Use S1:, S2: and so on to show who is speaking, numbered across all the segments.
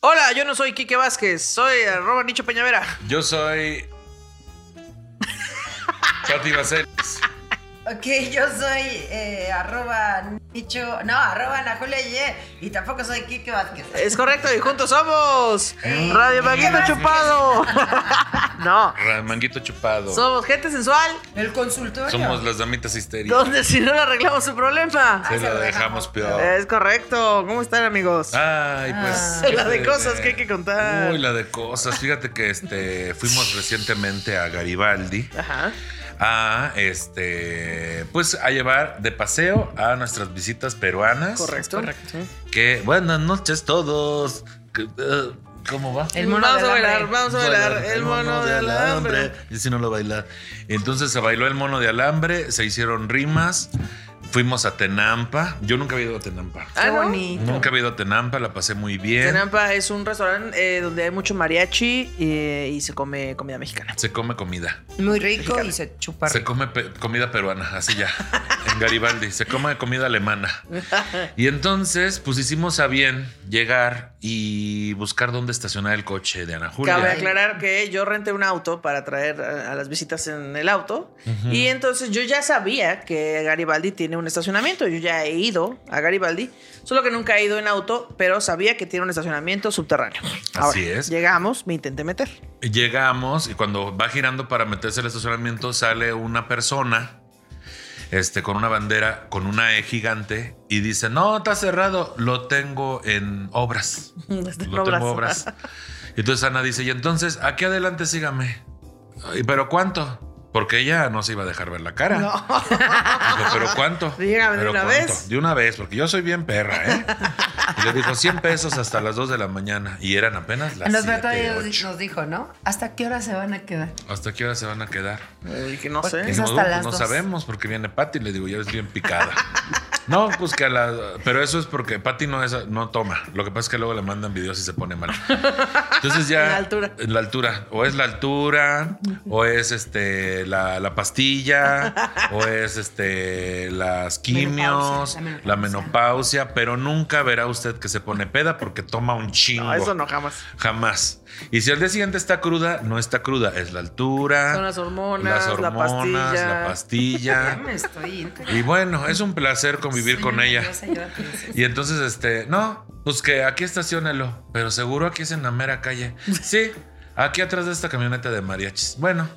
S1: Hola, yo no soy Quique Vázquez, soy arroba Nicho Peñavera.
S2: Yo soy. Santi Bacelis.
S3: Ok, yo soy eh, arroba Nicho, no, arroba Najulia Ye, y tampoco soy Kike Vázquez.
S1: Es correcto, y juntos somos Radio Manguito Chupado. no,
S2: Ra- Manguito chupado.
S1: somos gente sensual,
S3: El consultorio.
S2: Somos las damitas histéricas.
S1: donde si no le arreglamos su problema.
S2: Se lo dejamos peor.
S1: Es correcto, ¿cómo están amigos?
S2: Ay, pues.
S1: Ah. La de
S2: este,
S1: cosas que hay que contar.
S2: Uy, la de cosas. Fíjate que este fuimos recientemente a Garibaldi
S1: Ajá.
S2: a este pues a llevar de paseo a nuestras visitas peruanas.
S1: Correcto.
S2: Que buenas noches todos. Que, eh, ¿Cómo va?
S3: El mono
S1: vamos
S3: del
S1: a bailar,
S3: hambre.
S1: vamos a bailar. El mono de alambre.
S2: Yo sí no lo baila. Entonces se bailó el mono de alambre, se hicieron rimas, fuimos a Tenampa. Yo nunca había ido a Tenampa.
S1: Ah,
S3: Qué
S1: ¿no?
S3: bonito.
S2: Nunca había ido a Tenampa, la pasé muy bien.
S1: Tenampa es un restaurante eh, donde hay mucho mariachi eh, y se come comida mexicana.
S2: Se come comida.
S3: Muy rico y se chupa
S2: Se
S3: rico.
S2: come pe- comida peruana, así ya. En Garibaldi. Se come comida alemana. Y entonces, pues hicimos a bien llegar y buscar dónde estacionar el coche de Ana Julia.
S1: Cabe aclarar que yo renté un auto para traer a, a las visitas en el auto y entonces yo ya sabía que Garibaldi tiene un estacionamiento, yo ya he ido a Garibaldi, solo que nunca he ido en auto, pero sabía que tiene un estacionamiento subterráneo. Ahora,
S2: es.
S1: Llegamos, me intenté meter.
S2: Llegamos y cuando va girando para meterse al estacionamiento sale una persona este, con una bandera, con una E gigante y dice, no, está cerrado, lo tengo en obras.
S1: Está en
S2: Lo
S1: obras.
S2: tengo obras. Y entonces Ana dice, y entonces, aquí adelante sígame. "Ay, ¿Pero cuánto? Porque ella no se iba a dejar ver la cara. Dijo, ¿pero cuánto?
S1: Dígame de
S2: "¿Pero
S1: una
S2: cuánto?".
S1: vez.
S2: De una vez, porque yo soy bien perra, ¿eh? Y le dijo 100 pesos hasta las 2 de la mañana. Y eran apenas las
S3: Nos,
S2: 7,
S3: nos
S2: 8.
S3: nos dijo, ¿no? ¿Hasta qué hora se van a quedar?
S2: ¿Hasta qué hora se van a quedar?
S1: Eh, dije, no
S2: Y
S1: sé.
S3: Es
S2: no,
S3: hasta
S2: pues
S3: las
S2: no
S3: dos.
S2: sabemos porque viene Patty. Le digo, ya eres bien picada. No, pues que a la. Pero eso es porque Patty no, es, no toma. Lo que pasa es que luego le mandan videos y se pone mal. Entonces ya.
S1: En la altura.
S2: en la altura. O es la altura, o es este la, la pastilla, o es este las quimios,
S3: Menopausia, la menopausia.
S2: la menopausia. Pero nunca verá usted que se pone peda porque toma un chingo.
S1: No, eso no jamás.
S2: Jamás. Y si al día siguiente está cruda, no está cruda, es la altura.
S1: Son las hormonas,
S2: las
S1: la
S2: hormonas,
S1: pastilla.
S2: la pastilla.
S3: Ya me estoy.
S2: y bueno, es un placer convivir
S3: Soy
S2: Ah. con
S3: una
S2: ella.
S3: nerviosa, yo la pienso.
S2: Y entonces, este, no, pues que aquí estacionelo, pero seguro aquí es en la mera calle. Sí, aquí atrás de esta camioneta de mariachis. Bueno.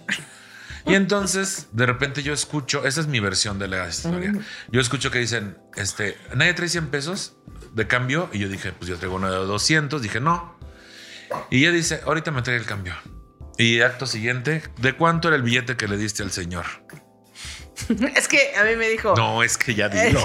S2: Y entonces, de repente yo escucho, esa es mi versión de la historia. Yo escucho que dicen, este, nadie trae 100 pesos de cambio. Y yo dije, pues yo traigo uno de 200. Dije, no. Y ella dice, ahorita me trae el cambio. Y acto siguiente, ¿de cuánto era el billete que le diste al señor?
S1: es que a mí me dijo,
S2: No, es que ya dilo.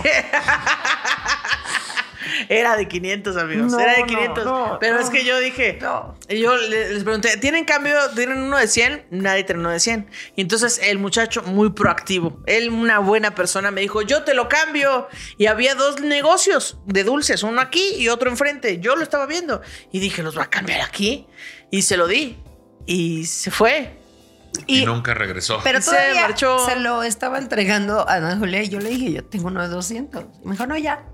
S1: era de 500, amigos,
S3: No,
S1: era de
S3: no,
S1: 500.
S3: no,
S1: pero
S3: no.
S1: es que yo dije,
S3: No.
S1: Y yo le- les pregunté, ¿tienen cambio? ¿Tienen uno de 100? Nadie tiene uno de 100. Y entonces el muchacho, muy proactivo, él, una buena persona, me dijo, yo te lo cambio. Y había dos negocios de dulces, uno aquí y otro enfrente. Yo lo estaba viendo. Y dije, ¿los va a cambiar aquí? Y se lo di. Y se fue.
S2: Y, nunca regresó.
S3: Pero
S1: Y se
S3: todavía se,
S1: marchó.
S3: lo estaba entregando a Ana Julia y yo le dije, yo tengo uno de 200. Y me dijo, no, ya.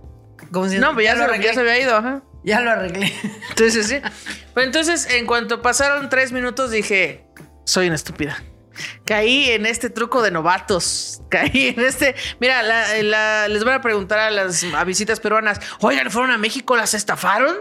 S3: Como si-
S1: No, pues ya,
S3: lo
S1: se, ya se
S3: arreglé.
S1: había ido, ajá.
S3: Ya lo arreglé.
S1: Entonces, sí. Pero Pues entonces, en cuanto pasaron tres minutos, dije, soy una estúpida. Caí en este truco de novatos. Caí en este. Mira, la- la- les van a preguntar a las a visitas peruanas: Oigan, ¿fueron a México? ¿Las estafaron?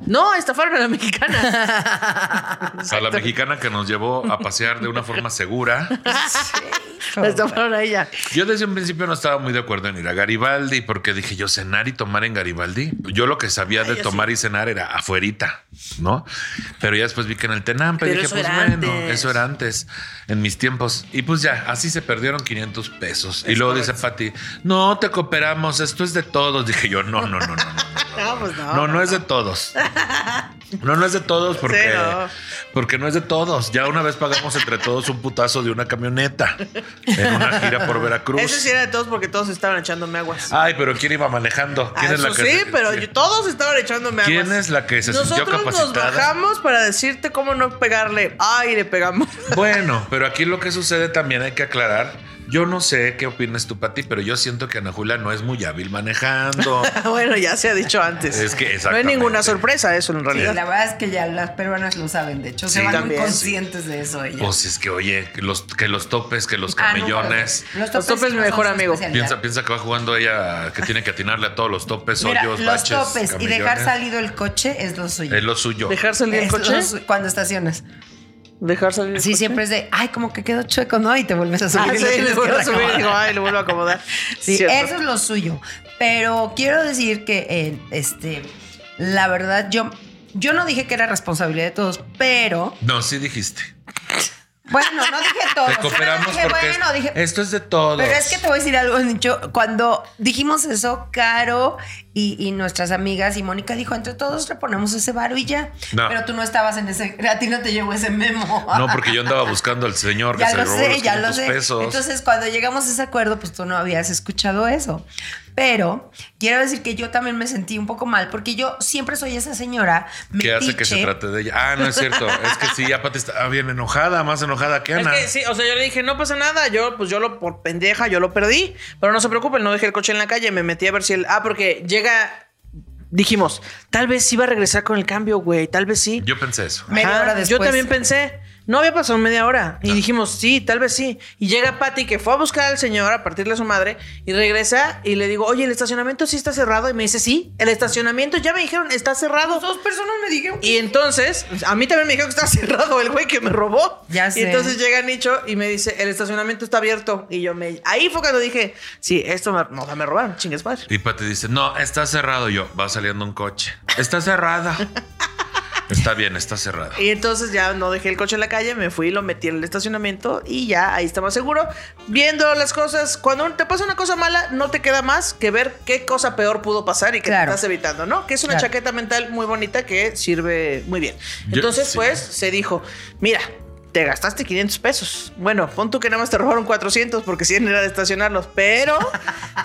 S1: No, estafaron a la mexicana.
S2: A la mexicana que nos llevó a pasear de una forma segura.
S1: la estafaron a ella.
S2: Yo desde un principio no estaba muy de acuerdo en ir a Garibaldi porque dije yo cenar y tomar en Garibaldi. Yo lo que sabía de
S1: yo
S2: tomar y cenar era afuerita, ¿no? Pero ya después vi que en el Tenampa y
S1: Pero
S2: dije,
S1: eso
S2: pues
S1: era
S2: bueno,
S1: antes.
S2: eso era antes, en mis tiempos. Y pues ya, así se perdieron 500 pesos. y luego dice Fati, no, te cooperamos, esto es de todos. Dije yo, no, no, no, no. no, no.
S1: No, pues no.
S2: No, no es de todos. No, no es de todos porque,
S1: Sí, no.
S2: porque no es de todos. Ya una vez pagamos entre todos un putazo de una camioneta en una gira por Veracruz.
S1: Ese sí era de todos porque todos estaban echándome aguas.
S2: Ay, pero ¿quién iba manejando? ¿Quién
S1: Ah,
S2: es la
S1: eso
S2: que
S1: sí,
S2: se-
S1: pero
S2: sí?
S1: yo- todos estaban echándome aguas.
S2: ¿Quién es la que se sintió
S1: Nosotros nos
S2: capacitada?
S1: bajamos para decirte cómo no pegarle. Ay, le pegamos.
S2: Bueno, pero aquí lo que sucede también hay que aclarar. Yo no sé qué opinas tú, Pati, pero yo siento que Ana Julia no es muy hábil manejando.
S1: bueno, ya se ha dicho antes.
S2: Es que
S1: no hay
S2: exactamente.
S1: ninguna sorpresa eso en
S3: Sí,
S1: realidad.
S3: la verdad es que ya las peruanas lo saben, de hecho, se
S2: Sí,
S3: van
S1: también,
S3: muy conscientes de eso. ellas.
S2: Pues es que, oye, que los, que los topes, que los
S3: Ah, no,
S2: camellones.
S3: pero
S1: Los topes
S3: sí
S1: mi
S3: no son
S1: mejor
S3: su
S1: amigo.
S3: especialidad.
S2: Piensa, piensa que va jugando ella que tiene que atinarle a todos los topes,
S3: Mira,
S2: hoyos,
S3: los
S2: baches,
S3: topes y dejar
S2: camellones.
S3: salido el coche es lo suyo.
S2: Es lo suyo.
S1: ¿Dejar salir el
S3: Es
S1: coche?
S3: lo su- cuando estacionas.
S1: ¿Dejar salir el
S3: Sí,
S1: coche?
S3: siempre es de, ay, como que quedó chueco, ¿no? Y te vuelves a subir.
S1: Ah,
S3: y
S1: sí,
S3: lo tienes
S1: le
S3: que
S1: vuelvo a subir y
S3: reacomodar.
S1: digo, ay, le vuelvo a acomodar.
S3: Sí,
S1: Cierto.
S3: eso es lo suyo. Pero quiero decir que, eh, este, la verdad, yo, yo no dije que era responsabilidad de todos, pero,
S2: No, sí dijiste.
S3: bueno, no dije todos.
S2: Te
S3: pero
S2: cooperamos
S3: dije,
S2: porque es-
S3: Oh, bueno, dije,
S2: esto es de todos.
S3: Pero es que te voy a decir algo, Nicho. Cuando dijimos eso, Caro y, y nuestras amigas y Mónica dijo, entre todos reponemos ese varo y ya.
S2: No.
S3: Pero tú no estabas en ese, a ti no te llegó ese memo.
S2: No, porque yo andaba buscando al señor que
S3: ya
S2: se
S3: lo
S2: robó
S3: sé,
S2: los
S3: ya lo
S2: 500
S3: sé.
S2: pesos.
S3: Entonces, cuando llegamos a ese acuerdo, pues tú no habías escuchado eso. Pero quiero decir que yo también me sentí un poco mal, porque yo siempre soy esa señora metiche.
S2: ¿Qué hace que se trate de ella? Ah, no es cierto. es que sí, ya Pati está bien enojada, más enojada que
S1: Es
S2: Ana.
S1: que sí, o sea, yo le dije, no pasa nada, yo pues yo lo por pendeja, yo lo perdí, pero no se preocupen, no dejé el coche en la calle, me metí a ver si el ah porque llega dijimos, tal vez iba a regresar con el cambio, güey, tal vez sí.
S2: Yo pensé eso.
S3: Media
S1: Ajá,
S3: hora después.
S1: Yo también pensé, no había pasado media hora y dijimos, sí, tal vez sí. Y llega Patty que fue a buscar al señor a partirle a su madre y regresa y le digo, "Oye, el estacionamiento sí está cerrado." Y me dice, "Sí, el estacionamiento ya me dijeron, está cerrado."
S3: Dos personas me dijeron que
S1: Y entonces, a mí también me dijeron que estaba cerrado el güey que me robó.
S3: Ya sé.
S1: Y entonces llega Nicho y me dice, el estacionamiento está abierto. Y yo me... Ahí fue cuando dije, sí, esto me, no, me robaron, chingues madre.
S2: Y Pati dice, no, está cerrado. Yo, va saliendo un coche. Está cerrada. está bien, está cerrada.
S1: Y entonces ya no dejé el coche en la calle, me fui, lo metí en el estacionamiento y ya ahí estaba seguro. Viendo las cosas, cuando te pasa una cosa mala, no te queda más que ver qué cosa peor pudo pasar y que
S3: Claro.
S1: te estás evitando, ¿no? Que es una
S3: Claro.
S1: chaqueta mental muy bonita que sirve muy bien.
S2: Yo-
S1: Entonces,
S2: sí.
S1: pues, se dijo, mira. Te gastaste 500 pesos. Bueno, pon tú que nada más te robaron 400 porque 100 era de estacionarlos. Pero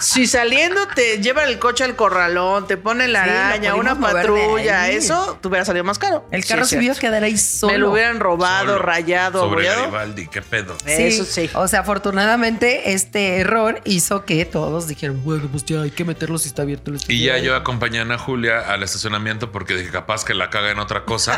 S1: si saliendo te llevan el coche al corralón, te ponen la
S3: Sí, lo
S1: araña,
S3: pudimos
S1: una
S3: mover de
S1: patrulla,
S3: ahí.
S1: eso te hubiera salido más caro.
S3: el
S1: Sí,
S3: carro
S1: es
S3: se
S1: cierto.
S3: vio quedar ahí solo.
S1: Me lo hubieran robado,
S2: Solo.
S1: rayado,
S2: Sobre
S1: abollado.
S2: Garibaldi, qué pedo.
S1: Eso sí.
S3: O sea, afortunadamente este error hizo que todos dijeron,
S4: Bueno, pues ya hay que meterlo si está abierto el
S2: Y ya yo acompañé a Ana Julia al estacionamiento porque dije capaz que la caga en otra cosa.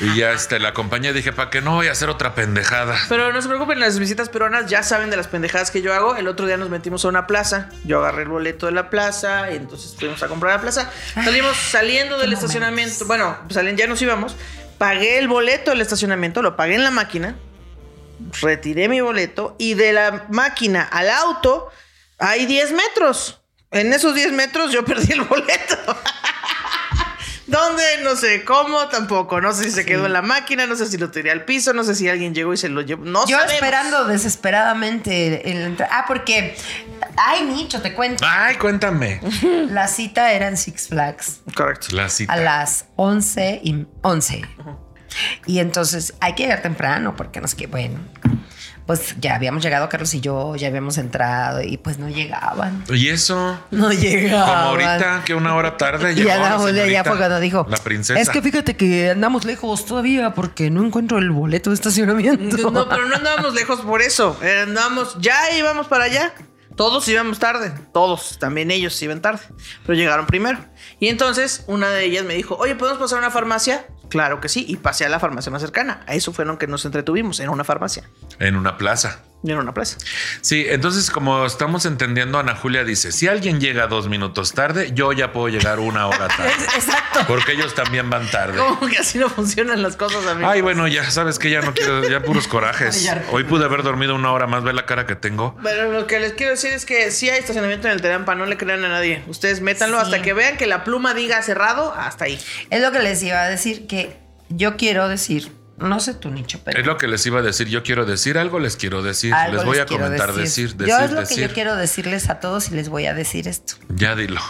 S2: y ya este, la acompañé y dije, para que no voy a hacer otra pendejada.
S1: Pero no se preocupen, las visitas peruanas ya saben de las pendejadas que yo hago. El otro día nos metimos a una plaza. Yo agarré el boleto de la plaza y entonces fuimos a comprar a la plaza. Salimos saliendo del estacionamiento. Bueno, pues, salen, ya nos íbamos. Pagué el boleto del estacionamiento, lo pagué en la máquina. Retiré mi boleto y de la máquina al auto hay 10 metros. En esos 10 metros yo perdí el boleto. ¿Dónde? No sé cómo, tampoco. No sé si se quedó en la máquina, no sé si lo tiré al piso, no sé si alguien llegó y se lo llevó. No
S3: Yo
S1: sabemos.
S3: esperando desesperadamente el entra- Ah, porque. Ay, Nicho, te cuento.
S2: Ay, cuéntame.
S3: La cita era en Six Flags
S1: Correcto.
S2: La
S3: a
S2: Ah. cita.
S3: las 11 y 11. Y entonces hay que llegar temprano porque no sé qué. Bueno, pues ya habíamos llegado, Carlos y yo, ya habíamos entrado y pues no llegaban.
S2: Y eso,
S3: No llegaban.
S2: como ahorita, que una hora tarde.
S3: Y
S2: llegó
S3: Ana
S2: la
S3: Julia ya
S2: señorita,
S3: fue cuando dijo:
S2: La princesa.
S3: Es que fíjate que andamos lejos todavía porque no encuentro el boleto de estacionamiento.
S1: No, pero no andábamos lejos por eso. Eh, Andábamos, ya íbamos para allá. Todos íbamos tarde, todos, también ellos iban tarde, pero llegaron primero. Y entonces una de ellas me dijo, oye, ¿podemos pasar a una farmacia? Claro que sí, y pasé a la farmacia más cercana. A eso fueron que nos entretuvimos, en una farmacia.
S2: En una plaza.
S1: Y Era una plaza.
S2: Sí, entonces como estamos entendiendo, Ana Julia dice, si alguien llega dos minutos tarde, yo ya puedo llegar una hora tarde.
S1: Exacto.
S2: Porque ellos también van tarde.
S1: Como que así no funcionan las cosas, amigo.
S2: Ay, bueno, ya sabes que ya no quiero, ya puros corajes.
S3: Ay, ya.
S2: Hoy pude haber dormido una hora más, ve la cara que tengo.
S1: Pero lo que les quiero decir es que sí hay estacionamiento en el Terampa, no le crean a nadie. Ustedes métanlo
S3: Sí.
S1: hasta que vean que la pluma diga cerrado, hasta ahí.
S3: Es lo que les iba a decir, que yo quiero decir, no sé tu nicho, pero...
S2: Es lo que les iba a decir, yo quiero decir algo, les quiero decir,
S3: algo
S2: les voy a
S3: quiero
S2: comentar, decir, decir,
S3: yo es lo que
S2: decir.
S3: yo quiero decirles a todos y les voy a decir esto.
S2: Ya dilo.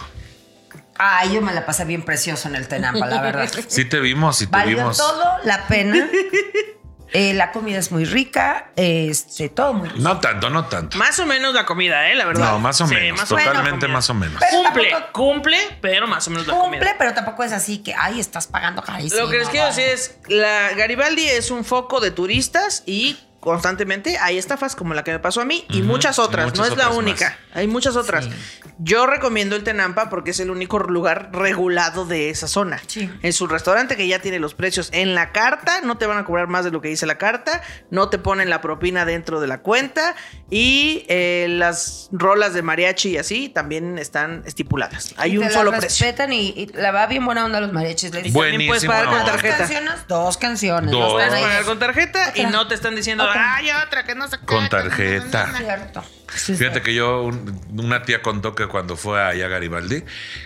S3: Ay, yo me la pasé bien precioso en el Tenampa, la verdad.
S2: Sí te vimos, sí te
S3: Valió
S2: vimos.
S3: todo la pena. Eh, la comida es muy rica, este, todo muy rico.
S2: No tanto, no tanto.
S1: Más o menos la comida, ¿eh? La verdad.
S2: No, más o
S1: Sí,
S2: menos,
S1: más o menos la
S2: totalmente
S1: comida.
S2: más o menos.
S3: Pero
S1: Cumple,
S3: tampoco-
S1: cumple, pero más o menos la
S3: Cumple,
S1: comida.
S3: pero tampoco es así que, ay, estás pagando carísimo.
S1: Lo que les quiero decir es, la Garibaldi es un foco de turistas y constantemente hay estafas como la que me pasó a mí y
S2: Ujú,
S1: muchas otras,
S2: muchas
S1: no es la
S2: otras
S1: única,
S2: más.
S1: hay muchas otras.
S3: Sí.
S1: Yo recomiendo el Tenampa porque es el único lugar regulado de esa zona.
S3: Sí.
S1: En su restaurante que ya tiene los precios en la carta, no te van a cobrar más de lo que dice la carta, no te ponen la propina dentro de la cuenta y eh, las rolas de mariachi y así también están estipuladas. Hay
S3: Y
S1: un
S3: te la
S1: solo precio.
S3: respetan y, y la va bien buena onda a los mariachis. Les dicen,
S2: Buenísimo.
S1: puedes pagar con
S2: no.
S3: ¿Dos
S1: tarjeta.
S3: canciones? Dos canciones.
S2: Dos.
S3: no están
S1: Puedes
S3: ahí.
S1: pagar con tarjeta y no te están diciendo,
S3: Otra.
S1: ay, otra que no se
S2: Con tarjeta.
S3: Cierto.
S2: Fíjate que yo, un- una tía contó que cuando fue allá a Garibaldi,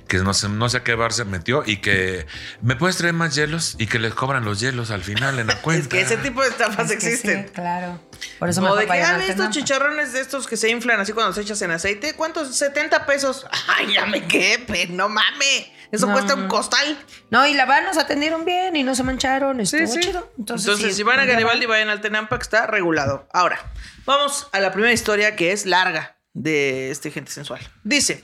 S2: que no sé, no sé a qué bar se metió y que me puedes traer más hielos y que les cobran los hielos al final en la cuenta.
S1: Es que ese tipo de estafas
S3: Es que sí,
S1: Pues existen.
S3: claro. Por eso
S1: o
S3: me
S1: de que han estos chicharrones de estos que se inflan así cuando se echas en aceite. ¿Cuántos? 70 pesos. Ay, ya me quedé, pe, no mames. Eso
S3: No.
S1: cuesta un costal.
S3: No, y la van, nos atendieron bien y no se mancharon. Estuvo chido.
S1: Entonces,
S3: Entonces, sí,
S1: si van a
S3: ya
S1: Garibaldi, vayan al Tenampa, que está regulado. Ahora, vamos a la primera historia que es larga de este gente sensual. Dice.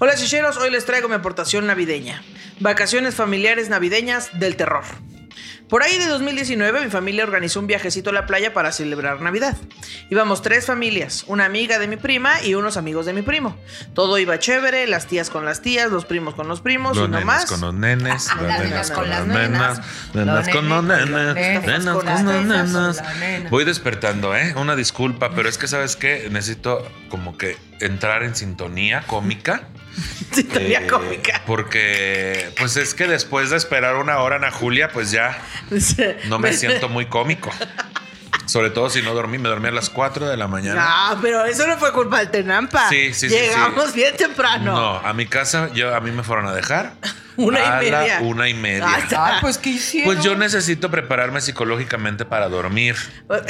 S1: Hola chicheros, hoy les traigo mi aportación navideña. Vacaciones familiares navideñas del terror. Por ahí de 2019 mi familia organizó un viajecito a la playa para celebrar Navidad. Íbamos tres familias, una amiga de mi prima y unos amigos de mi primo. Todo iba chévere, las tías con las tías, los primos con los primos
S2: Los
S1: y no
S2: nenes
S1: más.
S2: con los nenes,
S3: Ah,
S2: las nenas con las nenas, nenas
S3: los
S2: con los
S3: nenes con
S2: nenes,
S3: los nenes,
S2: nenas
S3: con las
S2: con los
S3: nenas,
S2: nenas.
S3: con la nena.
S2: Voy despertando, ¿eh? Una disculpa, pero es que, ¿sabes qué? Necesito como que entrar en sintonía cómica.
S1: Sí, tenía
S2: eh,
S1: cómica.
S2: Porque, pues es que después de esperar una hora Ana Julia, pues ya no me
S1: Pues,
S2: siento muy cómico. Sobre todo si no dormí, me dormí a las 4 de la mañana.
S1: No, pero eso no fue culpa del Tenampa.
S2: Sí, sí, sí,
S1: Llegamos
S2: sí.
S1: bien temprano.
S2: No, a mi casa, yo, a mí me fueron a dejar.
S1: Una y
S2: a la
S1: media.
S2: una y media.
S1: Ah, está.
S3: Ah, pues, ¿qué hicieron?
S2: Pues yo necesito prepararme psicológicamente para dormir.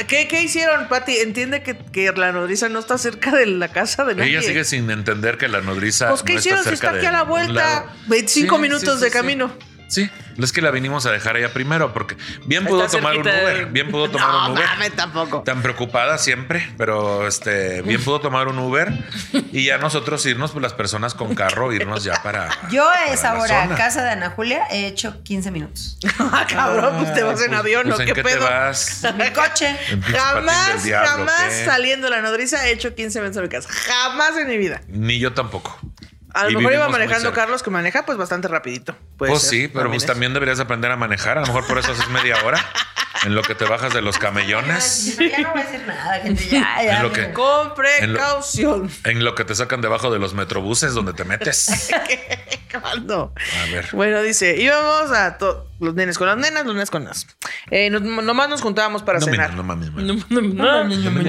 S1: ¿Qué, qué hicieron, Pati? Entiende que, que la nodriza no está cerca de la casa de nadie.
S2: Ella sigue sin entender que la nodriza.
S1: Pues, ¿qué
S2: no
S1: hicieron si
S2: cerca
S1: está aquí
S2: de
S1: a la
S2: ningún
S1: vuelta?
S2: lado.
S1: 25 minutos de camino.
S2: Sí. es que la vinimos a dejar ella primero porque bien pudo
S1: Está
S2: tomar un
S1: cerquita de-
S2: Uber. Bien pudo tomar
S1: no,
S2: un Uber.
S1: mames, tampoco.
S2: Tan preocupada siempre, pero este, bien pudo tomar un Uber y ya nosotros irnos, pues las personas con carro, irnos ya para.
S3: Yo a
S2: para
S3: esa
S2: la
S3: hora,
S2: zona.
S3: a casa de Ana Julia, he hecho 15 minutos.
S1: Ah, cabrón, pues te vas en
S2: Pues,
S1: avión,
S2: pues,
S1: ¿no?
S2: ¿en
S1: ¿Qué,
S2: qué te
S1: pedo?
S2: vas?
S3: En mi coche.
S2: En pinche patín
S1: Jamás,
S2: del diablo,
S1: jamás
S2: ¿qué?
S1: saliendo de la nodriza he hecho 15 minutos a mi casa. Jamás en mi vida.
S2: Ni yo tampoco.
S1: A lo
S2: Y
S1: mejor iba
S2: vivimos muy
S1: manejando
S2: cerca.
S1: Carlos, que maneja pues bastante rapidito. Puede
S2: Pues
S1: ser,
S2: sí, pero pues también deberías aprender a manejar. A lo mejor por eso haces media hora en lo que te bajas de los camellones,
S3: No, ya no voy a decir nada, gente. Ya, ya.
S2: En lo que-
S1: Con
S2: En lo-
S1: precaución.
S2: en lo que te sacan debajo de los metrobuses donde te metes.
S1: ¿Cuándo?
S2: A ver.
S1: Bueno, dice, íbamos a to- los nenes con las nenas, los nenas con las. Eh, nos- nomás nos juntábamos para
S2: No, mira,
S1: cenar.
S2: no mames, mames.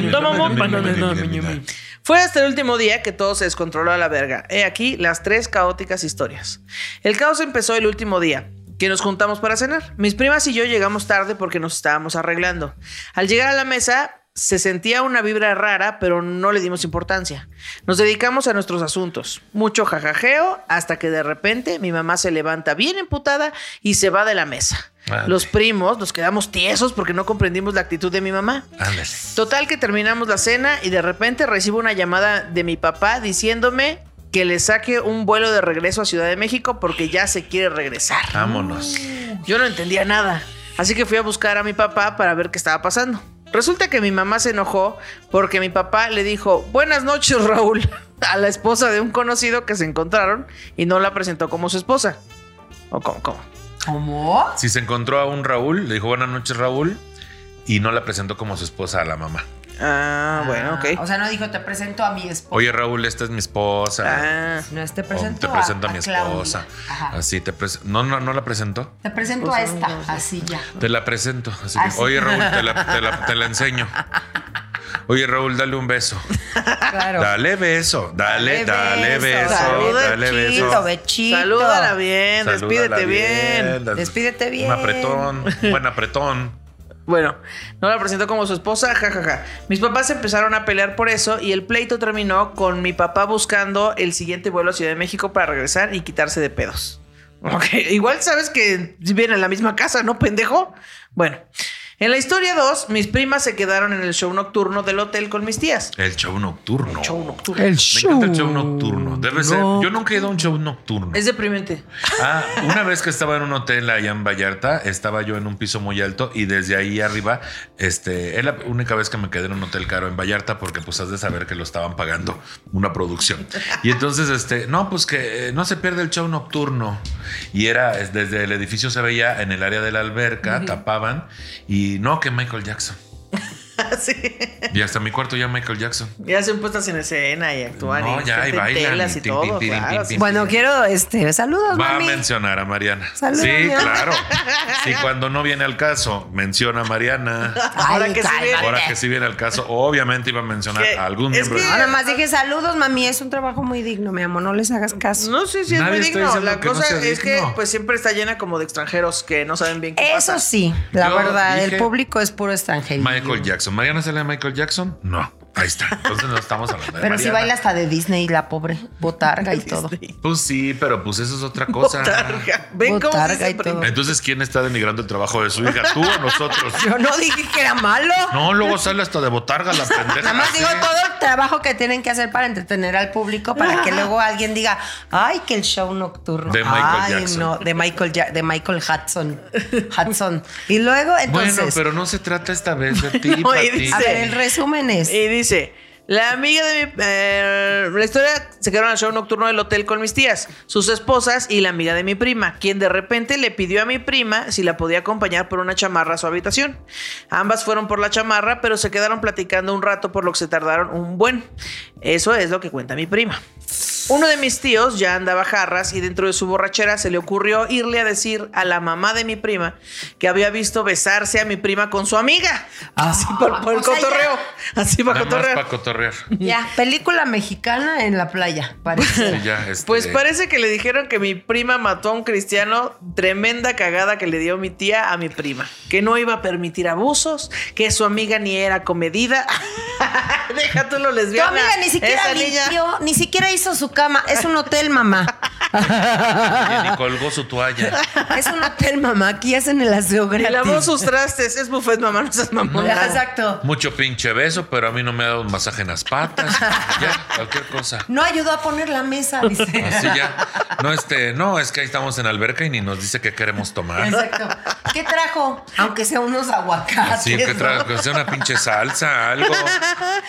S1: Fue hasta el último día que todo se descontroló a la verga. He aquí las tres caóticas historias. El caos empezó el último día, que nos juntamos para cenar. Mis primas y yo llegamos tarde porque nos estábamos arreglando. Al llegar a la mesa, se sentía una vibra rara, pero no le dimos importancia. Nos dedicamos a nuestros asuntos. Mucho jajajeo, hasta que de repente mi mamá se levanta bien emputada y se va de la mesa.
S2: Madre.
S1: Los primos nos quedamos tiesos porque no comprendimos la actitud de mi mamá.
S2: Ándale.
S1: Total que terminamos la cena y de repente recibo una llamada de mi papá diciéndome que le saque un vuelo de regreso a Ciudad de México porque ya se quiere regresar.
S2: Ah. Vámonos.
S1: Yo no entendía nada, así que fui a buscar a mi papá para ver qué estaba pasando. Resulta que mi mamá se enojó porque mi papá le dijo buenas noches Raúl a la esposa de un conocido que se encontraron y no la presentó como su esposa. ¿O cómo? cómo?
S3: ¿Cómo?
S2: Si se encontró a un Raúl, le dijo buenas noches, Raúl, y no la presentó como su esposa a la mamá.
S1: Ah, bueno, ok.
S3: O sea, no dijo, te presento a mi esposa.
S2: Oye, Raúl, esta es mi esposa.
S1: Ah,
S3: No, es, te
S2: O
S3: presento,
S2: Oh, te presento a, mi
S3: Claudia".
S2: esposa.
S3: Ajá.
S2: Así te pres- No, no, no la presento.
S3: Te presento a esta, así ya.
S2: Te la presento. Así
S3: Ah, sí.
S2: que, Oye, Raúl, te la, te la- te la enseño. Oye, Raúl, dale un beso.
S3: Claro.
S2: Dale beso. Dale, dale beso.
S1: Saluda
S2: Dale
S3: chito,
S2: beso.
S3: bechito.
S1: salúdala bien,
S2: Salúdala
S1: despídete bien.
S2: das-
S3: Despídete bien.
S2: Un apretón. Buen apretón.
S1: Bueno, no la presentó como su esposa, jajaja. Mis papás empezaron a pelear por eso y el pleito terminó con mi papá buscando el siguiente vuelo a Ciudad de México para regresar y quitarse de pedos. Ok, igual sabes que vienen a la misma casa, ¿no, pendejo? Bueno, en la historia 2, mis primas se quedaron en el show nocturno del hotel con mis tías.
S2: El show nocturno.
S1: Show nocturno.
S4: El
S2: Me encanta el show nocturno. Debe ser. Yo nunca he ido a un show nocturno.
S1: Es deprimente.
S2: Ah, una vez que estaba en un hotel allá en Vallarta, estaba yo en un piso muy alto y desde ahí arriba, este, es la única vez que me quedé en un hotel caro en Vallarta porque pues has de saber que lo estaban pagando una producción. Y entonces, este, no, pues que eh, no se pierde el show nocturno. Y era, es- desde el edificio se veía en el área de la alberca, tapaban y no que Michael Jackson.
S1: Así.
S2: Y hasta mi cuarto ya Michael Jackson.
S1: Ah, Ya hacen puestas en escena y actúan
S2: No,
S1: y,
S2: ya, y
S1: gente en
S2: bailan,
S1: telas
S2: y
S1: y
S2: tin,
S1: todo.
S2: tin, tin,
S1: claro,
S2: tin,
S1: así.
S2: tin.
S3: Bueno, quiero este, saludos,
S2: Va
S3: mami.
S2: a mencionar a Mariana.
S3: Saluda,
S2: sí,
S3: Mariana.
S2: claro. Sí, cuando no viene al caso, menciona a Mariana.
S3: Ay,
S1: Ahora que sí
S3: cálmate.
S1: viene.
S2: Ahora que sí viene al caso, obviamente iba a mencionar
S1: Que-
S2: a algún
S1: es
S2: miembro.
S1: que-
S2: de-
S3: No, nada más dije saludos, mami. Es un trabajo muy digno, mi amor. No les hagas caso.
S1: No sé si es
S2: Nadie
S1: muy
S2: está
S1: digno.
S2: diciendo
S1: La
S2: que no
S1: cosa
S2: sea
S1: es que
S2: digno.
S1: pues siempre está llena como de extranjeros que no saben bien qué
S3: Eso
S1: pasa.
S3: sí, la
S2: Yo
S3: verdad, el
S2: dije-
S3: público es puro extranjero.
S2: Michael Jackson. ¿Mariana sale de Michael Jackson? No. Ahí está. Entonces no estamos hablando de
S3: Pero si
S2: Mariana.
S3: baila hasta de Disney, la pobre botarga y todo.
S2: Pues sí, pero pues eso es otra cosa.
S1: Botarga. Ven cómo se
S3: Botarga
S1: dice
S3: y todo.
S1: primero.
S2: Entonces, ¿quién está denigrando el trabajo de su hija? ¿Tú o nosotros?
S3: Yo no dije que era malo.
S2: No, luego sale hasta de botarga la pendeja.
S3: Nada más
S2: Sí.
S3: digo todo el trabajo que tienen que hacer para entretener al público para que luego alguien diga, ay, que el show nocturno.
S2: De Michael
S3: ay,
S2: Jackson.
S3: no, de Michael, Ja- de Michael Hudson. Hudson. Y luego, entonces,
S2: Bueno, pero no se trata esta vez de ti,
S1: No, y
S2: Pati.
S1: dice-
S3: a ver, el resumen es,
S1: Y dice, la amiga de mi... eh, la historia se quedaron al show nocturno del hotel con mis tías, sus esposas y la amiga de mi prima, quien de repente le pidió a mi prima si la podía acompañar por una chamarra a su habitación. Ambas fueron por la chamarra, pero se quedaron platicando un rato por lo que se tardaron un buen. Eso es lo que cuenta mi prima. Uno de mis tíos ya andaba jarras y dentro de su borrachera se le ocurrió irle a decir a la mamá de mi prima que había visto besarse a mi prima con su amiga. Así por, por el
S3: O sea, ya.
S1: cotorreo. Así para
S2: Nada más
S1: cotorrear.
S2: para cotorrear.
S3: ya, película mexicana en la playa,
S2: Sí,
S3: parece.
S2: ya, este,
S1: Pues parece que le dijeron que mi prima mató a un cristiano, tremenda cagada que le dio mi tía a mi prima, que no iba a permitir abusos, que su amiga ni era comedida. Deja tú lo
S3: Tu
S1: lesbiana.
S3: amiga ni siquiera
S1: Esa niña-
S3: limpió, ni siquiera hizo su cama. Es un hotel, mamá.
S2: oye, ni colgó su toalla.
S3: Es un hotel, mamá. Aquí hacen el aseo
S1: Y
S3: gratis.
S1: lavó sus trastes, es buffet, mamá, no seas mamona.
S3: Exacto.
S2: Mucho pinche beso, pero a mí no me ha dado un masaje en las patas. Ya, cualquier cosa.
S3: No ayudó a poner la mesa, dice.
S2: Así ya. No, este, no, es que ahí estamos en alberca y ni nos dice qué queremos tomar.
S3: Exacto. ¿Qué trajo? Aunque sea unos aguacates.
S2: Así que
S3: ¿no?
S2: tra- que sea una pinche salsa, algo.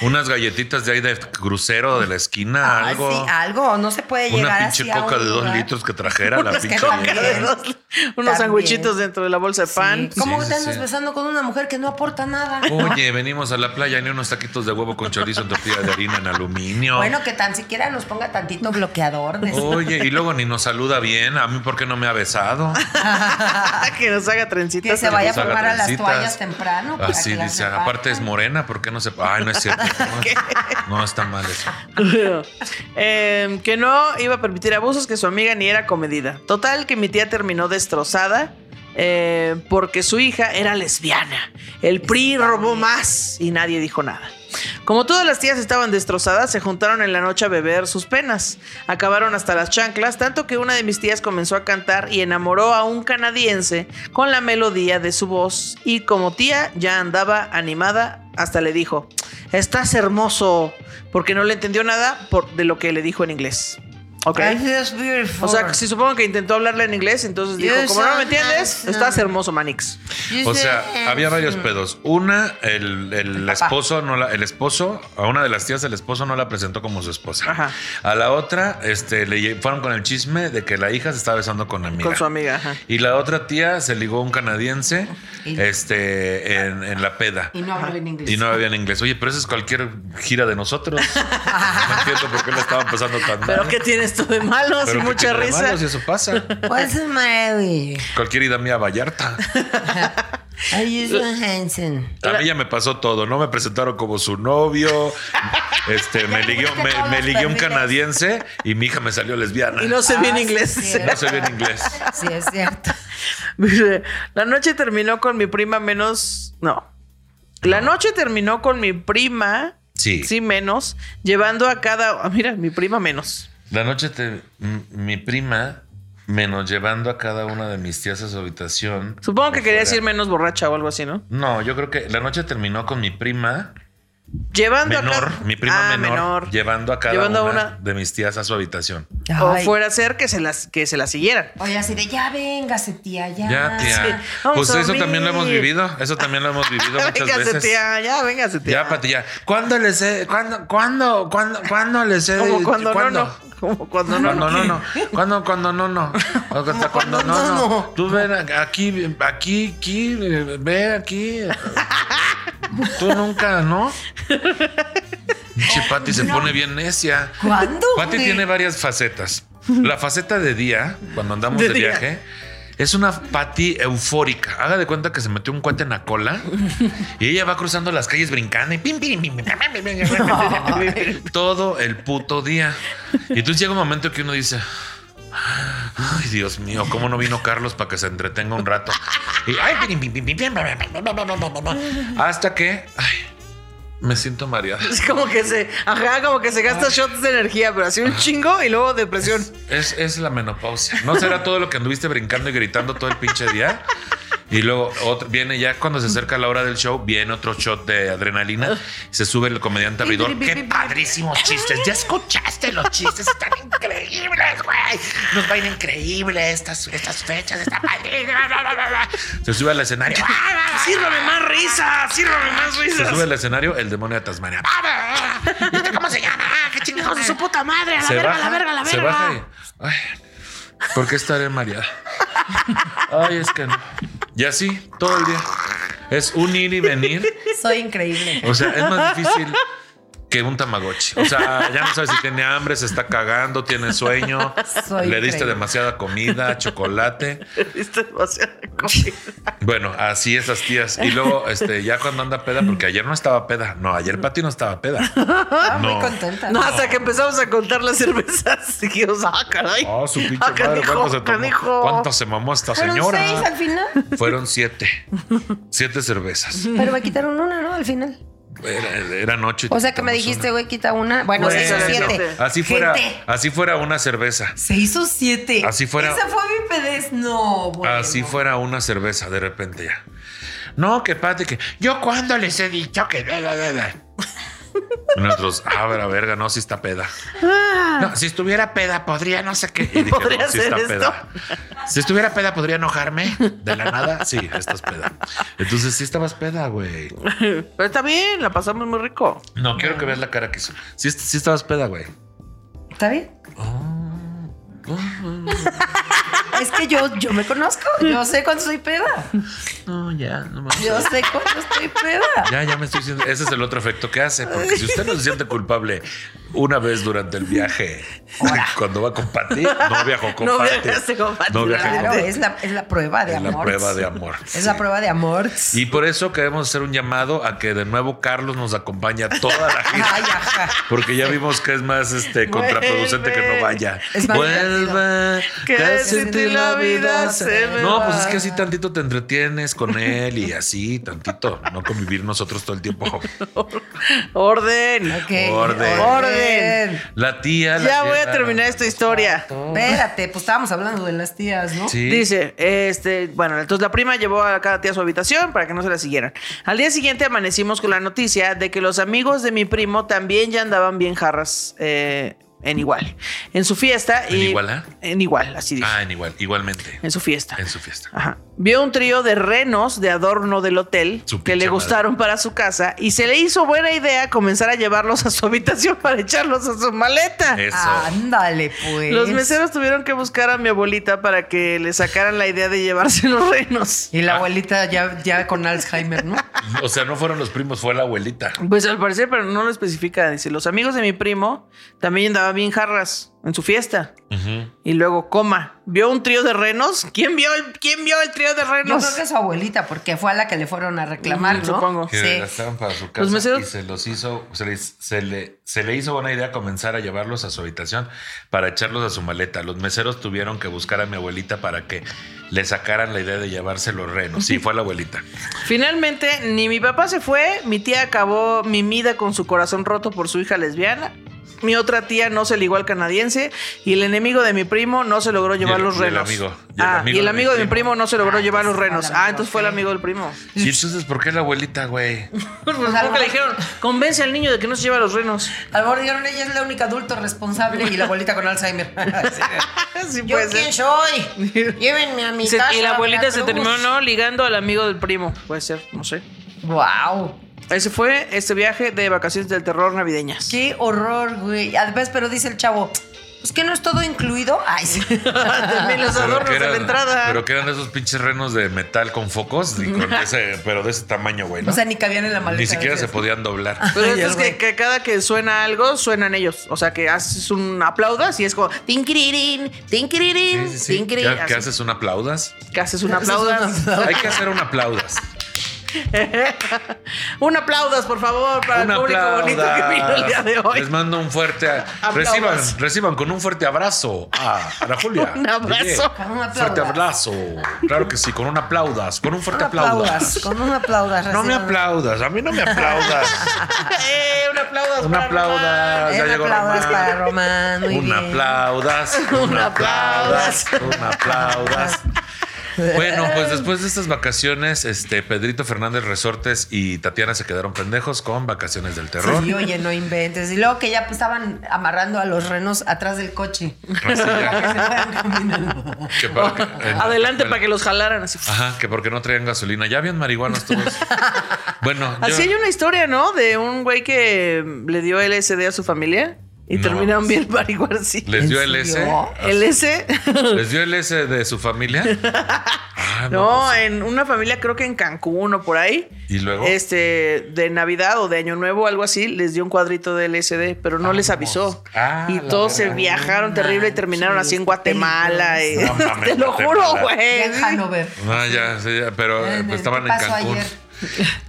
S2: Unas galletitas de ahí de crucero de la esquina,
S3: Ah,
S2: algo.
S3: sí, algo. No se puede llegar
S2: una pinche
S3: así a un
S2: coca de dos
S3: lugar.
S2: litros que trajera la
S3: Unas
S2: pinche.
S3: cacas de
S2: vieja.
S3: dos
S1: Unos
S3: También.
S1: sandwichitos dentro de la bolsa de pan.
S3: Sí, ¿Cómo
S2: Sí,
S3: te
S2: sí,
S3: andas
S2: sí.
S3: besando con una mujer que no aporta nada?
S2: Oye, venimos a la playa ni unos taquitos de huevo con chorizo en tortilla de harina en aluminio.
S3: Bueno, pues. que tan siquiera nos ponga tantito bloqueador.
S2: Oh,
S3: de-
S2: Oye, y luego ni nos saluda bien. A mí, ¿por qué no me ha besado?
S1: Ah, que nos haga trencitas.
S3: que se vaya
S2: Nos
S3: a
S2: Pues haga
S3: formar a las
S2: trencitas.
S3: toallas temprano. para
S2: Así
S3: que las
S2: dice,
S3: repartan.
S2: aparte es morena, ¿por qué no se.? Ay, no es cierto. No, no está mal eso.
S1: Eh, que no iba a permitir abusos, que su amiga ni era comedida. Total, que mi tía terminó destrozada eh, porque su hija era lesbiana. El PRI robó más y nadie dijo nada. Como todas las tías estaban destrozadas, se juntaron en la noche a beber sus penas. Acabaron hasta las chanclas, tanto que una de mis tías comenzó a cantar y enamoró a un canadiense con la melodía de su voz. Y como tía ya andaba animada, hasta le dijo, estás hermoso, porque no le entendió nada por- de lo que le dijo en inglés. Ok.
S3: I feel beautiful.
S1: O sea, que si supongo que intentó hablarle en inglés, entonces dijo,
S3: Yes,
S1: como no me
S3: I'm
S1: entiendes,
S3: handsome.
S1: estás hermoso, Manix.
S3: You
S2: O
S3: say
S2: sea, había varios
S3: handsome.
S2: pedos. Una, el, el
S3: Mm. El papá.
S2: esposo no la, el esposo, a una de las tías el esposo no la presentó como su esposa.
S1: Ajá.
S2: A la otra, este, le lle- fueron con el chisme de que la hija se estaba besando con la amiga.
S1: Con su amiga, ajá.
S2: Y la otra tía se ligó a un canadiense,
S3: Y-
S2: este, en, en la peda.
S3: Y no hablaba en inglés.
S2: Y no había en inglés. Oye, pero eso es cualquier gira de nosotros. No entiendo por qué la estaban pasando tan mal.
S1: Pero ¿qué tienes tú de malo?
S2: Pero
S1: Sin
S2: ¿qué
S1: mucha
S2: tiene de
S1: risa.
S2: malo si eso pasa.
S3: What's the matter?
S2: Cualquier ida mía a Vallarta.
S3: I use my handsome.
S2: A mí ya me pasó todo, ¿no? Me presentaron como su novio. Este, me
S3: Ya
S2: ligué,
S3: tuviste
S2: me,
S3: todos
S2: me
S3: los
S2: ligué un
S3: perfiles.
S2: canadiense y mi hija me salió lesbiana.
S1: Y no sé bien
S3: Ah, sí,
S1: inglés.
S3: sí.
S2: No sé bien inglés.
S3: Sí, es cierto.
S1: Dice, La noche terminó con mi prima menos. No. La noche terminó con mi prima.
S2: Sí.
S1: Sí, menos. Llevando a cada. ah, mira, mi prima menos.
S2: La noche te, m- mi prima menos llevando a cada una de mis tías a su habitación.
S1: Supongo que
S2: por
S1: quería
S2: fuera.
S1: decir menos borracha o algo así, ¿no?
S2: No, yo creo que la noche terminó con mi prima
S1: Llevando a
S2: menor,
S1: cada.
S2: mi prima
S1: Ah,
S2: menor, llevando a cada
S1: Llevando a
S2: una,
S1: una-
S2: de mis tías a su habitación.
S1: O
S3: Ay.
S1: fuera a ser que se las, que se las siguieran.
S3: Oye, así de ya véngase, tía, ya.
S2: Ya, tía.
S1: Sí. Vamos
S2: Pues
S1: a
S2: eso también lo hemos
S1: dormir.
S2: vivido. Eso también lo hemos vivido muchas
S1: Véngase,
S2: veces.
S1: tía, ya, véngase, tía.
S2: Ya, Pati, ya. ¿Cuándo les he, cuándo, cuándo, cuándo, cuándo les he
S1: Como cuando no,
S2: ¿cuándo?
S1: no. Como cuando no,
S2: Cuando
S1: no.
S2: no, no, Cuando, cuando no, no. O sea, cuando no, no. Tú ven aquí, aquí, aquí, eh, ve aquí. Tú nunca, ¿no? Che, Pati se pone bien necia.
S3: ¿Cuándo?
S2: Pati
S3: güey?
S2: tiene varias facetas. La faceta de día, cuando andamos de,
S1: De día.
S2: viaje, es una Pati eufórica. Haga de cuenta que se metió un cuate en la cola y ella va cruzando las calles brincando y pim, pim, pim, pim, pim, pim, pim, pim, pim, pim, pim, todo el puto día. Y entonces llega un momento que uno dice. Ay, Dios mío, ¿cómo no vino Carlos para que se entretenga un rato? Y, ay, pim, pim, pim, pim, pim, hasta que ay, me siento mareada.
S1: Es como que se. Ajá, como que se gasta shots de energía, pero así un chingo y luego depresión.
S2: Es, es la menopausia. ¿No será todo lo que anduviste brincando y gritando todo el pinche día? Y luego otro- viene ya cuando se acerca la hora del show, viene otro shot de adrenalina, se sube el comediante abridor. ¡Qué padrísimos chistes! Ya escuchaste los chistes, están increíbles, güey. Nos va a ir increíble estas, estas fechas, está padrísimo. bla, bla, bla, bla. Se sube al escenario.
S1: Sírvame más risa, sírvame más
S2: Se sube
S1: risas.
S2: al escenario el demonio de Tasmania.
S5: ¿Y este cómo se llama? Ah, ¿Qué chingados de su puta madre? A la
S2: se
S5: verga,
S2: baja,
S5: a la verga, a la
S2: se
S5: verga.
S2: baja y, ay, ¿por qué estaré mareada? Ay, es que no. Y así, todo el día. Es un ir y venir.
S3: Soy increíble.
S2: O sea, es más difícil que un tamagotchi. O sea, ya no sabes si tiene hambre, se está cagando, tiene sueño.
S3: Soy
S2: le diste
S3: increíble.
S2: demasiada comida, chocolate.
S1: Viste demasiada comida.
S2: Bueno, así esas tías. Y luego, este, ya cuando anda peda, porque ayer no estaba peda. No, ayer Pati no estaba peda.
S3: Estaba
S2: No.
S3: muy contenta.
S1: No, hasta que empezamos a contar las cervezas. Dijimos, ah, caray.
S2: Ah, su pinche
S1: Ah,
S2: madre,
S1: canijo,
S2: ¿cuánto se tomó?
S1: canijo.
S2: ¿Cuánto se mamó esta
S3: Fueron
S2: señora?
S3: seis al final.
S2: Fueron siete. Siete cervezas.
S3: Pero me quitaron una, ¿no? Al final.
S2: Era- eran ocho. y
S3: O sea que me
S2: quitamos
S3: dijiste,
S2: una.
S3: güey, quita una. Bueno,
S1: Bueno,
S3: se hizo
S1: no,
S3: siete.
S2: Así fuera,
S3: Gente,
S2: así fuera una cerveza.
S3: se hizo siete.
S2: Así fuera-
S3: Esa fue mi pedez. No, bueno.
S2: Así fuera una cerveza, de repente ya.
S5: No, que pate, que yo cuando les he dicho que. bla, bla, bla, bla?
S2: Y Nosotros, ah, ver, verga, no, si está peda.
S3: Ah.
S5: No, si estuviera peda, podría no sé qué.
S2: Y dije,
S1: ¿Podría
S2: no, sí
S1: hacer
S2: está
S1: esto?
S2: peda.
S5: Si estuviera peda, podría enojarme.
S2: De la nada, sí, estás peda. Entonces, sí estabas peda, güey.
S1: Pero está bien, la pasamos muy rico.
S2: No, quiero que veas la cara que hizo. Sí, est- sí estabas peda, güey.
S3: ¿Está bien? Es que yo, yo me conozco. Yo sé cuándo soy peda.
S2: No, ya, no
S3: Yo sé cuándo estoy peda.
S2: Ya, ya me estoy diciendo. Ese es el otro efecto que hace. Porque si usted no se siente culpable una vez durante el viaje, cuando va con Pati, no viajó con
S1: No
S2: Pati.
S1: viajaste con Pati,
S2: No viajé
S3: Claro,
S2: con
S3: es la, es la prueba de
S2: Es la
S3: amor.
S2: prueba de amor,
S3: Es la
S2: sí.
S3: prueba de amor.
S2: Y por eso queremos hacer un llamado a que de nuevo Carlos nos acompañe a toda la gira.
S3: Ay, ajá.
S2: Porque ya vimos que es más este contraproducente que
S1: Vuelve.
S2: no vaya.
S3: Es más
S2: Vuelve,
S1: Que sin ti la vida se me
S2: No,
S1: va.
S2: pues es que así tantito te entretienes con él y así tantito, no convivir nosotros todo el tiempo.
S1: Orden.
S3: Ok.
S2: Orden.
S1: Orden.
S2: La tía. la
S1: Ya
S2: tía,
S1: voy a
S2: la-
S1: terminar esta historia.
S3: Espérate, pues estábamos hablando de las tías, ¿no?
S2: Sí.
S1: Dice, este, bueno, entonces la prima llevó a cada tía a su habitación para que no se la siguieran. Al día siguiente amanecimos con la noticia de que los amigos de mi primo también ya andaban bien jarras. eh, en igual. En su fiesta.
S2: ¿En
S1: y-
S2: Igualá?
S1: En igual, así dice.
S2: Ah, en igual, igualmente.
S1: En su fiesta.
S2: En su fiesta.
S1: Ajá. Vio un trío de renos de adorno del hotel
S2: Su
S1: que le
S2: pinche madre.
S1: gustaron para su casa y se le hizo buena idea comenzar a llevarlos a su habitación para echarlos a su maleta.
S2: Eso.
S3: Ándale, pues.
S1: Los meseros tuvieron que buscar a mi abuelita para que le sacaran la idea de llevarse los renos.
S3: Y
S2: Ah.
S3: la abuelita ya, ya con Alzheimer, ¿no?
S2: O sea, no fueron los primos, fue la abuelita.
S1: Pues al parecer, pero no lo especifica. Dice, los amigos de mi primo también andaban bien jarras en su fiesta.
S2: Ujú.
S1: Y luego, coma, ¿vio un trío de renos? ¿Quién vio el, quién vio el trío de
S3: Yo
S1: renos?
S3: creo que su abuelita, porque fue a la que le fueron a reclamar,
S1: Ujú,
S3: ¿no?
S1: supongo.
S2: Que
S3: Sí.
S2: gastaban para su casa
S1: meseros-
S2: y se los hizo, se le, se, le, se le hizo buena idea comenzar a llevarlos a su habitación para echarlos a su maleta. Los meseros tuvieron que buscar a mi abuelita para que le sacaran la idea de llevarse los renos. Sí, fue la abuelita.
S1: Finalmente, ni mi papá se fue, mi tía acabó mimida con su corazón roto por su hija lesbiana. Mi otra tía no se ligó al canadiense y el enemigo de mi primo no se logró llevar
S2: Y el-
S1: los
S2: y el
S1: renos.
S2: amigo, y el
S1: ah,
S2: amigo
S1: y el
S2: de
S1: amigo de mi primo no se logró
S3: Ah,
S1: llevar los
S3: entonces fue
S1: renos.
S3: el
S1: Ah,
S3: amigo,
S1: entonces fue el
S3: ok.
S1: amigo del primo.
S2: Y entonces, ¿por qué la abuelita, güey?
S1: Pues porque le dijeron, convence al niño de que no se lleva los renos.
S3: A lo mejor dijeron, ella es la única adulto responsable y la abuelita con Alzheimer. Sí.
S1: Sí,
S3: ¿Yo
S1: puede ser.
S3: quién soy? Llévenme a mi
S1: Se-
S3: casa.
S1: y la abuelita se
S3: Veracruz.
S1: terminó ligando al amigo del primo. Puede ser, no sé.
S3: Wow.
S1: Ese fue este viaje de vacaciones del terror navideñas.
S3: Qué horror, güey. Además, pero dice el chavo, pues que no es todo incluido. Ay, sí.
S1: También los
S2: Pero
S1: adornos
S2: que
S1: de la
S2: eran-
S1: entrada.
S2: Pero que eran de esos pinches renos de metal con focos, y con ese- pero de ese tamaño, güey. ¿no?
S3: O sea, ni cabían en la maleta.
S2: Ni siquiera se
S3: decías.
S2: podían doblar.
S1: Pero esto
S3: Ay,
S1: es
S3: el
S1: que,
S3: güey.
S1: que cada que suena algo, suenan ellos. O sea, que haces un aplaudas y es como tinkiririn, tinkiririn,
S2: Sí, sí, sí.
S1: tinkiririn.
S2: ¿Qué, qué
S1: Así,
S2: haces? ¿Un aplaudas?
S1: que haces un
S3: Haces un
S1: aplaudas.
S2: Hay que hacer un aplaudas.
S1: un aplaudas, por favor, para
S2: Un
S1: el público
S2: aplauso.
S1: bonito que vino el día de
S2: Les
S1: hoy.
S2: mando un fuerte a-
S1: Aplausos.
S2: reciban, reciban con un fuerte abrazo a Ana Julia.
S1: Un abrazo.
S2: Oye,
S3: Con un aplaudas.
S2: Fuerte abrazo. Claro que sí, con un aplaudas, con un fuerte
S3: Un aplaudas,
S2: aplaudas.
S3: con un aplaudas.
S2: No me
S3: reciban.
S2: aplaudas, a mí no me aplaudas.
S1: Eh, un aplaudas.
S2: un
S1: para Román.
S2: aplaudas, ya
S3: Un
S2: llegó
S3: aplaudas
S2: Román.
S3: para Román. muy
S2: un
S3: bien.
S2: aplaudas, un aplaudas, un aplaudas. Bueno, pues después de estas vacaciones, este Pedrito Fernández Resortes y Tatiana se quedaron pendejos con vacaciones del terror.
S3: Sí, oye, no inventes. Y luego que ya pues, estaban amarrando a los renos atrás del coche.
S2: Así ya, que para que- eh,
S1: Adelante
S2: bueno,
S1: para que los jalaran así.
S2: Ajá, que porque no traían gasolina. Ya habían marihuanos todos. Bueno, yo-
S1: Así hay una historia, ¿no? De un güey que le dio LSD a su familia y
S2: No
S1: terminaron
S2: mames.
S1: bien para igual así.
S2: les dio
S3: ¿En
S2: el S. Ah,
S3: serio?
S1: LS.
S2: Les dio el S de su familia. Ah,
S1: No, en una familia creo que en Cancún o por ahí.
S2: ¿Y luego?
S1: Este, de Navidad o de Año Nuevo, algo así, les dio un cuadrito de LSD, pero no les avisó.
S2: Ah,
S1: y
S2: la
S1: todos se
S2: verdad.
S1: viajaron terrible y terminaron así en Guatemala. y-
S2: No mames,
S1: te lo
S2: Guatemala.
S1: juro, güey.
S3: Ya en Hanover.
S2: No, pues, ah, ya, sí, ya, pero eh,
S3: En el
S2: pues, estaban
S3: que
S2: en
S3: pasó
S2: Cancún.
S3: ayer.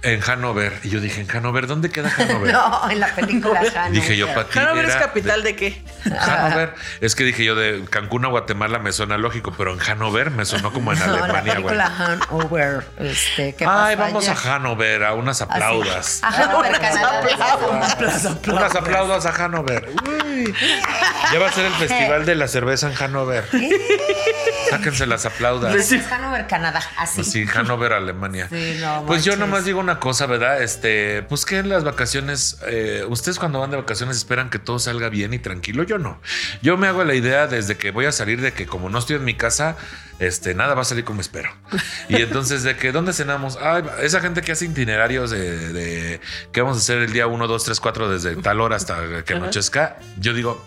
S2: En Hanover. Y yo dije, ¿en Hanover? ¿Dónde queda Hanover?
S3: No, en la película Hanover.
S2: Dije yo, Pati.
S1: Hanover es
S2: era de-
S1: capital de qué?
S2: Hanover. Es que dije yo, de Cancún a Guatemala me suena lógico, pero en Hanover me sonó como en
S3: No, la
S2: Alemania, güey.
S3: película Hanover. Este, ¿qué
S2: Ay,
S3: pasó
S2: vamos
S3: ayer?
S2: a Hanover, a unas
S3: Así.
S2: aplaudas.
S3: A Hanover,
S1: Unas
S3: Canadá.
S2: Unas aplaudas, a Hanover. Uy. Ya va a ser el festival de la cerveza en Hanover. Sáquense las aplaudas. Pues
S3: Es Hanover, Canadá. Así.
S2: Sí, Hanover, Alemania.
S3: Sí, no
S2: pues yo
S3: manches.
S2: nomás digo una cosa, ¿verdad? Este, pues que en las vacaciones, eh, ustedes cuando van de vacaciones esperan que todo salga bien y tranquilo. Yo no. Yo me hago la idea desde que voy a salir de que como no estoy en mi casa, este, nada va a salir como espero. Y entonces de que dónde cenamos. Ay, esa gente que hace itinerarios de, de que vamos a hacer el día 1, 2, 3, 4 desde tal hora hasta que anochezca. Yo digo,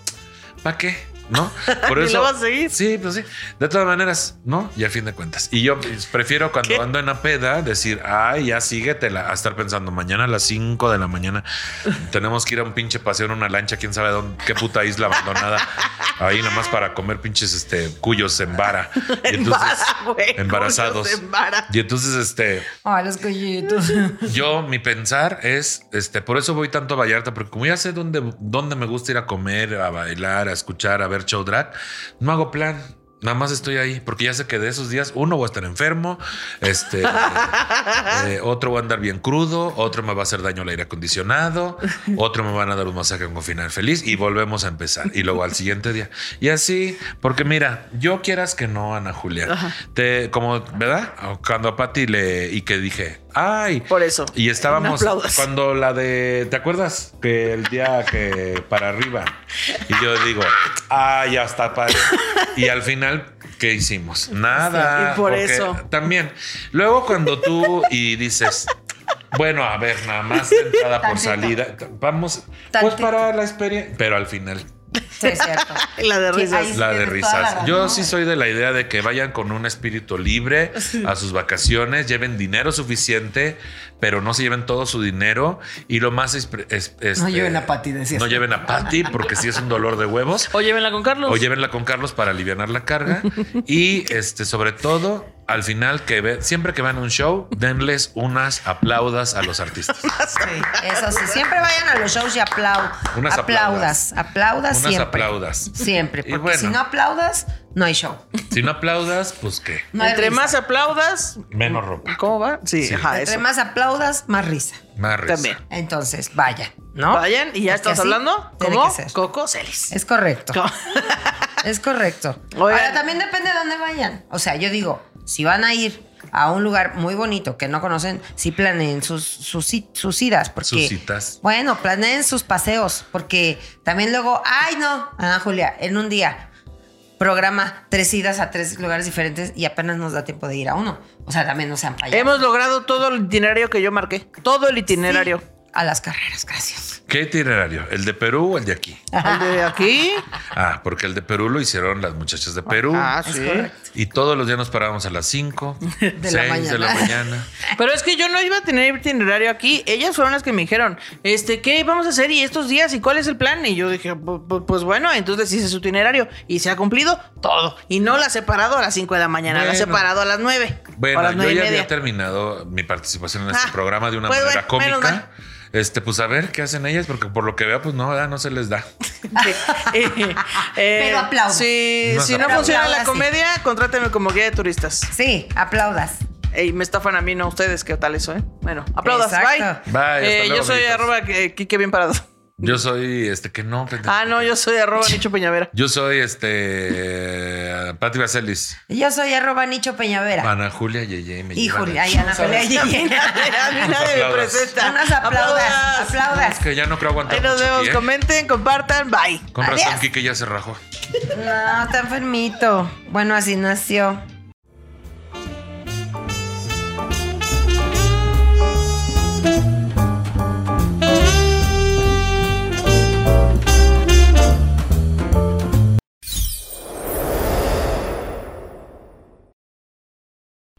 S2: ¿para qué? ¿No? Por
S1: Ni
S2: eso.
S1: lo vas a seguir.
S2: Sí, pues sí. De todas maneras, ¿no? Y al fin de cuentas. Y yo pues, prefiero cuando
S1: ¿Qué?
S2: ando en la peda decir, ay, ya síguetela, a estar pensando, mañana a las 5 de la mañana tenemos que ir a un pinche paseo en una lancha, quién sabe dónde, qué puta isla abandonada, ahí nada más para comer pinches este, cuyos en vara. Y
S1: En
S2: entonces-
S1: vara, güey.
S2: embarazados.
S1: Cuyos en vara.
S2: Y entonces, este,
S3: Ay, los collitos.
S2: yo, mi pensar es, este, por eso voy tanto a Vallarta, porque como ya sé dónde, dónde me gusta ir a comer, a bailar, a escuchar, a ver show drag, no hago plan. Nada más estoy ahí, porque ya sé que de esos días uno va a estar enfermo, este, eh, otro va a andar bien crudo, otro me va a hacer daño al aire acondicionado, otro me van a dar un masaje con final feliz y volvemos a empezar. Y luego al siguiente día. Y así, porque mira, yo quieras que no, Ana Julia, te, como, ¿verdad? Cuando a Patti le, y que dije, ay.
S1: Por eso.
S2: Y
S1: No
S2: estábamos
S1: aplaudas.
S2: cuando la de, ¿te acuerdas? Que el día que para arriba. Y yo digo, ah, ya está padre. Y al final, ¿qué hicimos? Nada.
S1: Sí, y por
S2: porque
S1: eso.
S2: También. Luego cuando tú y dices, bueno, a ver, nada más entrada por
S3: Tantito.
S2: salida. t- Vamos, pues
S3: Tantito.
S2: para la experiencia. Pero al final,
S3: Sí, es cierto.
S1: La de
S3: Sí,
S1: risas.
S3: ahí
S2: la de
S3: tienes toda la
S2: risas.
S3: razón.
S2: Yo sí soy de la idea de que vayan con un espíritu libre a sus vacaciones, lleven dinero suficiente, pero no se lleven todo su dinero. Y lo más es. es- este,
S3: lleven a Patty, decías.
S2: No lleven a Patty, porque sí es un dolor de huevos.
S6: O llévenla con Carlos.
S2: O llévenla con Carlos para aliviar la carga. Y este, sobre todo, al final, que ve- siempre que van a un show, denles unas aplaudas a los artistas.
S3: Sí, eso sí. Siempre vayan a los shows y aplau-
S2: Unas
S3: aplaudas. Aplaudas
S2: Unas
S3: siempre.
S2: aplaudas.
S3: Siempre.
S2: Y
S3: Porque
S2: bueno.
S3: si no aplaudas, no hay show.
S2: Si no aplaudas, pues qué.
S3: No hay
S1: Entre
S3: risa.
S1: más aplaudas,
S2: Menos ropa.
S1: ¿cómo va? Sí,
S2: Sí.
S1: ajá,
S3: Entre
S1: eso.
S3: más aplaudas, más risa.
S2: Más risa.
S1: También.
S3: Entonces, vayan, ¿no?
S1: Vayan y ya
S3: Porque
S1: estamos
S3: así
S1: hablando.
S3: tiene
S1: ¿Cómo?
S3: que ser.
S1: Coco Celis.
S3: Es correcto.
S1: ¿Cómo?
S3: Es correcto.
S1: Oigan.
S3: Ahora también depende de dónde vayan. O sea, yo digo, si van a ir a un lugar muy bonito que no conocen, sí planeen sus, sus, ci- sus idas. Porque,
S2: Sus citas.
S3: Bueno, planeen sus paseos. Porque también luego, ay no, Ana Julia, en un día programa tres idas a tres lugares diferentes y apenas nos da tiempo de ir a uno. O sea, también no sean
S2: Ah,
S3: payasos.
S1: Hemos logrado todo el itinerario que yo marqué. Todo el itinerario.
S3: A las carreras, gracias.
S2: ¿Qué itinerario? ¿El de Perú o el de aquí?
S1: El de aquí.
S2: Ah, porque el de Perú lo hicieron las muchachas de Perú.
S1: Ah,
S3: Es
S1: sí.
S3: correcto.
S2: Y todos los días nos parábamos a las 5, 6
S3: la
S2: de la
S3: mañana.
S2: mañana.
S1: Pero es que yo no iba a tener itinerario aquí. Ellas fueron las que me dijeron, este, ¿qué vamos a hacer y estos días y cuál es el plan? Y yo dije, "Pu- pu- pues bueno, entonces hice su itinerario y se ha cumplido todo. Y no la he separado a las 5 de la mañana, la he
S2: Bueno.
S1: separado a las 9. a
S2: Bueno,
S1: las
S2: yo
S1: nueve y
S2: ya
S1: media.
S2: había terminado mi participación en este
S1: Ah,
S2: programa de una
S1: pues
S2: manera
S1: bueno, menos
S2: cómica. Este, pues a ver qué hacen ellas, porque por lo que veo, pues no, ah, no se les da.
S1: Eh, eh,
S3: Pero aplaudo.
S1: Si,
S2: No
S1: si no
S2: aplaudo.
S1: funciona la
S3: Aplauda, sí.
S1: comedia, contráteme como guía de turistas.
S3: Sí, aplaudas.
S1: Ey, me estafan a mí, no a ustedes, qué tal eso, ¿eh? Bueno, aplaudas,
S3: Exacto.
S1: bye.
S2: Bye, hasta
S1: Eh,
S2: luego,
S1: yo soy
S2: amiguitos.
S1: arroba que- Kike bien parado.
S2: Yo soy este que no, pendejo.
S1: Ah, no, yo soy arroba Nicho Peñavera.
S2: Yo soy este Pati Vaselis,
S3: Yo soy arroba Nicho Peñavera.
S2: Ana Julia Yeye. me
S3: Y
S2: llevan
S3: Julia,
S2: al-
S3: y Ana Julia
S1: A mí nadie me
S2: Aplaudas.
S1: presenta.
S3: Unas aplaudas,
S1: Aplaudas.
S3: aplaudas.
S2: Es que ya no creo aguantar.
S1: Ahí nos
S2: mucho
S1: vemos.
S2: aquí, ¿eh?
S1: Comenten, compartan. Bye.
S2: Con razón,
S3: Adiós.
S2: Kike ya se rajó.
S3: No, está enfermito. Bueno, así nació.